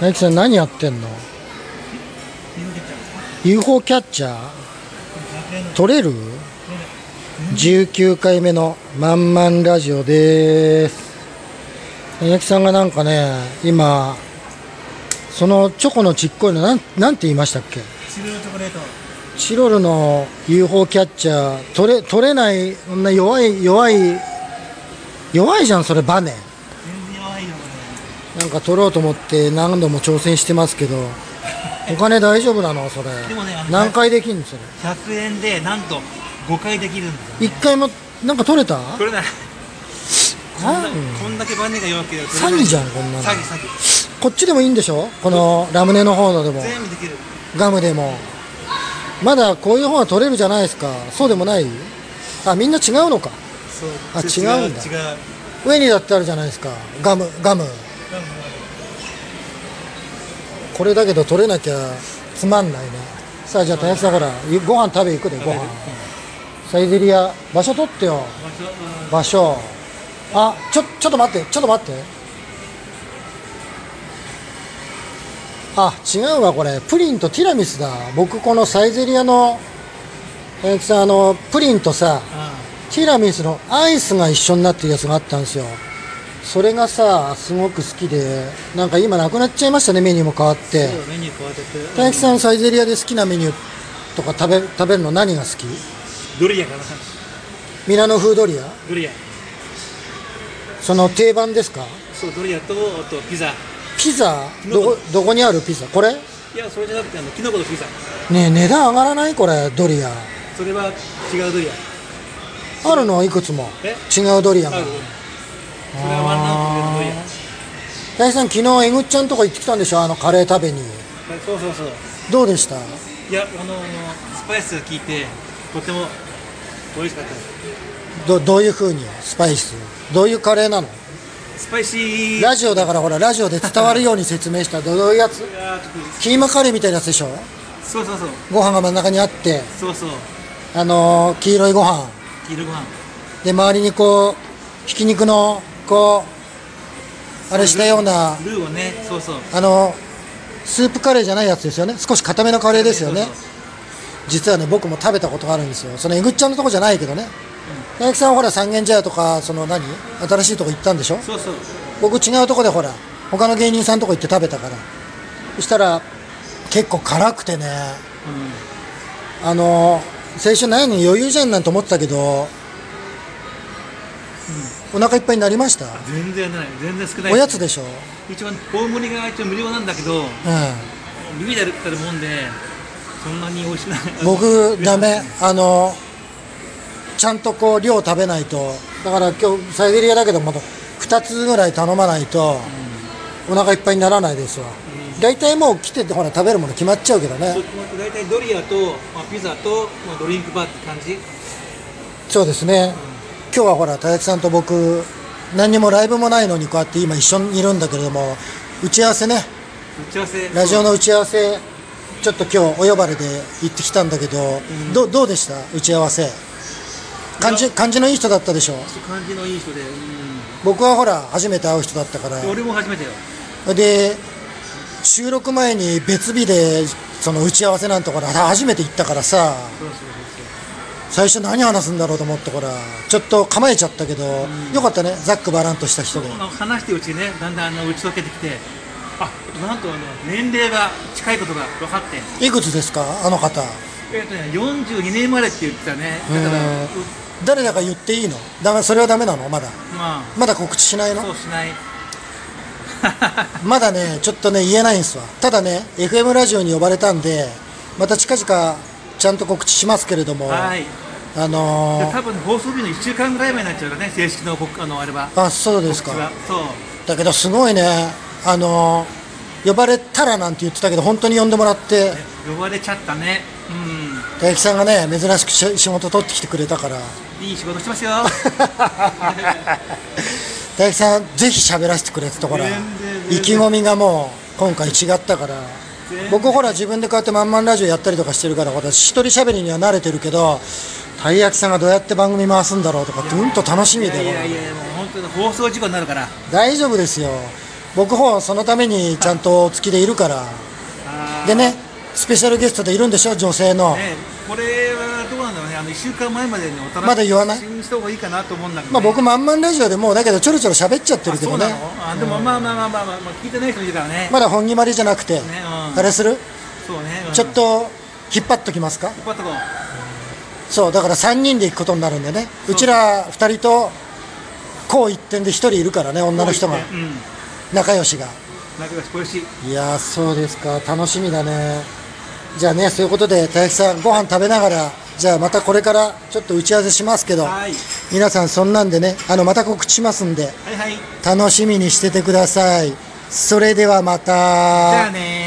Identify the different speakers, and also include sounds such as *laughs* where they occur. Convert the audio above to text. Speaker 1: ナイキさん何やってんの UFO キャッチャー取れる19回目のまんまんラジオですナイキさんがなんかね今そのチョコのちっこいのなんなんて言いましたっけ
Speaker 2: シルチョコレート
Speaker 1: チロルの UFO キャッチャー取れ取れないそんな弱い弱い弱いじゃんそれバネ
Speaker 2: 全然弱いよこ
Speaker 1: なんか取ろうと思って何度も挑戦してますけどお金大丈夫なのそれ
Speaker 2: でもねあの
Speaker 1: 何回できんのそれ
Speaker 2: れ100円でなんと5回できるんだよ
Speaker 1: 一回もなんか取れた
Speaker 2: これだこん
Speaker 1: な
Speaker 2: なんこんだけバネが弱ければ
Speaker 1: 詐欺じゃんこんなの
Speaker 2: 詐欺詐欺
Speaker 1: こっちでもいいんでしょこのラムネの方のでも
Speaker 2: 全部できる
Speaker 1: ガムでもまだこういう方は取れるじゃないですかそうでもないあみんな違うのか
Speaker 2: そう
Speaker 1: あ
Speaker 2: ちょ
Speaker 1: 違うんだ
Speaker 2: 違う違う
Speaker 1: 上にだってあるじゃないですかガムガムこれだけど取れなきゃつまんないねさあじゃあ大変だからゆご飯食べ行くでご飯サイゼリア場所取ってよ
Speaker 2: まあちょうん
Speaker 1: 場所あちょちょっと待ってちょっと待ってあ違うわこれプリンとティラミスだ僕このサイゼリアのえーさんあのプリンとさ
Speaker 2: あ
Speaker 1: ティラミスのアイスが一緒になってるやつがあったんですよそれがさすごく好きでなんか今なくなっちゃいましたねメニューも変わって
Speaker 2: そうメニュー変わってて
Speaker 1: 大吉さんサイゼリアで好きなメニューとか食べ食べるの何が好き
Speaker 2: ドリアかな
Speaker 1: ミラノ風ドリア
Speaker 2: ドリア
Speaker 1: その定番ですか
Speaker 2: そうドリアとあとピザ
Speaker 1: ピザどこどこにあるピザこれね
Speaker 2: いやそれじゃなくてあのキノコとピザ
Speaker 1: え値段上がらないこれドリア
Speaker 2: それは違うドリア
Speaker 1: あるのいくつも
Speaker 2: え
Speaker 1: 違うドリア
Speaker 2: あ
Speaker 1: が
Speaker 2: るそれはワンランク上のドリア
Speaker 1: 大吉さん昨日えぐっちゃんとこ行ってきたんでしょあのカレー食べに
Speaker 2: そうそうそう
Speaker 1: どうでした
Speaker 2: いやあのスパイスが効いてとても美味しかったです
Speaker 1: どどういう風にスパイスどういうカレーなの
Speaker 2: スパイシー
Speaker 1: ラジオだからほらラジオで伝わるように説明したどどういうやつ
Speaker 2: いやーちょっと
Speaker 1: キーマカレーみたいなやつでしょ
Speaker 2: そうそうそう
Speaker 1: ご飯が真ん中にあって
Speaker 2: そうそう
Speaker 1: あのー黄色いご飯
Speaker 2: 黄色ご飯
Speaker 1: で周りにこうひき肉のこうあれしたような
Speaker 2: ルーをねそうそう
Speaker 1: あのスープカレーじゃないやつですよね少し固めのカレーですよね
Speaker 2: そうそ
Speaker 1: 実はね僕も食べたことがあるんですよそのえぐっちゃんのとこじゃないけどね大木さんはほら三軒茶屋とかその何新しいとこ行ったんでしょ
Speaker 2: うそうそう
Speaker 1: 僕違うとこでほら他の芸人さんとこ行って食べたからそしたら結構辛くてねあの最初何の余裕じゃんなんて思ってたけど、お腹いっぱいになりました
Speaker 2: うん、全然やらない全然少ない
Speaker 1: おやつでしょ、うん、
Speaker 2: 一番大盛りが一応無料なんだけどビビだったるもんでそんなに美味しくない
Speaker 1: 僕ダメあのちゃんとこう量食べないとだから今日サイゼリアだけどまた2つぐらい頼まないと、お腹いっぱいにならないですわ、大体もう来ててほら食べるもの決まっちゃうけどね、
Speaker 2: そう大体ドリアと、まあ、ピザと、まあ、ドリンクバーって感じ
Speaker 1: そうですね、今日はほら、田崎さんと僕、何にもライブもないのに、こうやって今、一緒にいるんだけれども、打ち合わせね、
Speaker 2: 打ち合わせ
Speaker 1: ラジオの打ち合わせ、ちょっと今日お呼ばれで行ってきたんだけど、どうどうでした、打ち合わせ、感じ感じのいい人だったでしょ、
Speaker 2: 感じのいい人で、うん
Speaker 1: 僕はほら、初めて会う人だったか
Speaker 2: 俺も初めてよ
Speaker 1: ら、で、収録前に別日で、その打ち合わせなんて、ほら、初めて行ったからさ。
Speaker 2: そうそう
Speaker 1: 最初何話すんだろうと思ってほらちょっと構えちゃったけど、よかったねざっくばらんとした人
Speaker 2: そう
Speaker 1: で
Speaker 2: そうまあ話してるうちにねだんだんあの打ち解けてきてあなんとあの年齢が近いことが分かって
Speaker 1: いくつですかあの方
Speaker 2: えっとね42年生まれって言ってたねだから
Speaker 1: へー
Speaker 2: う
Speaker 1: 誰だか言っていいのだめそれはダメなのまだ
Speaker 2: ま
Speaker 1: まだ告知しない
Speaker 2: あそ
Speaker 1: の
Speaker 2: うしない
Speaker 1: まだねちょっとね言えないんですわただね FM ラジオに呼ばれたんでまた近々ちゃんと告知しますけれども、
Speaker 2: はい
Speaker 1: あの
Speaker 2: で
Speaker 1: ー
Speaker 2: 多分放送日の1週間ぐらい前になっちゃうからね正式のこあのあれは
Speaker 1: あそうですか
Speaker 2: はそう
Speaker 1: だけどすごいねあのー呼ばれたらなんて言ってたけど本当に呼んでもらって
Speaker 2: ね呼ばれちゃったねう
Speaker 1: 大吉さんがね珍しくし仕事取ってきてくれたから
Speaker 2: んいい仕事し
Speaker 1: *laughs*
Speaker 2: てますよ
Speaker 1: 大吉さんぜひ喋らせてくれってところ
Speaker 2: 全然全然
Speaker 1: 意気込みがもう今回違ったから
Speaker 2: 全然
Speaker 1: 僕ほら自分でこうやって「まんまんラジオ」やったりとかしてるから私一人喋りには慣れてるけどたい焼きさんがどうやって番組回すんだろうとかってうんと楽しみ
Speaker 2: い
Speaker 1: で
Speaker 2: やいやいやもう本当に放送事故になるから
Speaker 1: 大丈夫ですよ僕本そのためにちゃんと月でいるから
Speaker 2: あー
Speaker 1: でねスペシャルゲストでいるんでしょ女性の、
Speaker 2: ねこれはどうなんだろうねあの1週間前までにお楽しみ
Speaker 1: まだ言わない
Speaker 2: した方がいいかなと思うんだけど、ね
Speaker 1: まあ、僕「まんまんラジオ」でもうだけどちょろちょろ喋っちゃってるけどね
Speaker 2: あそうなのあでもまあまあまあまあ、まあまあ聞いてない人いるからね、
Speaker 1: まだ本決まりじゃなくて、
Speaker 2: ねうん
Speaker 1: あれする
Speaker 2: そうね、うん
Speaker 1: ちょっと引っ張っときますか
Speaker 2: 引っ張っとこう
Speaker 1: そうだから3人で行くことになるんでねうちら2人とこう一点で1人いるからね女の人が
Speaker 2: こう言ってうん
Speaker 1: 仲良しが
Speaker 2: 仲良し小良し
Speaker 1: いやーそうですか楽しみだねじゃあねそういうことで大吉さんご飯食べながらじゃあまたこれからちょっと打ち合わせしますけど
Speaker 2: はい
Speaker 1: 皆さんそんなんでねあのまた告知しますんで
Speaker 2: はいはいじ
Speaker 1: 楽しみにしててくださいそれではまた
Speaker 2: ゃあねー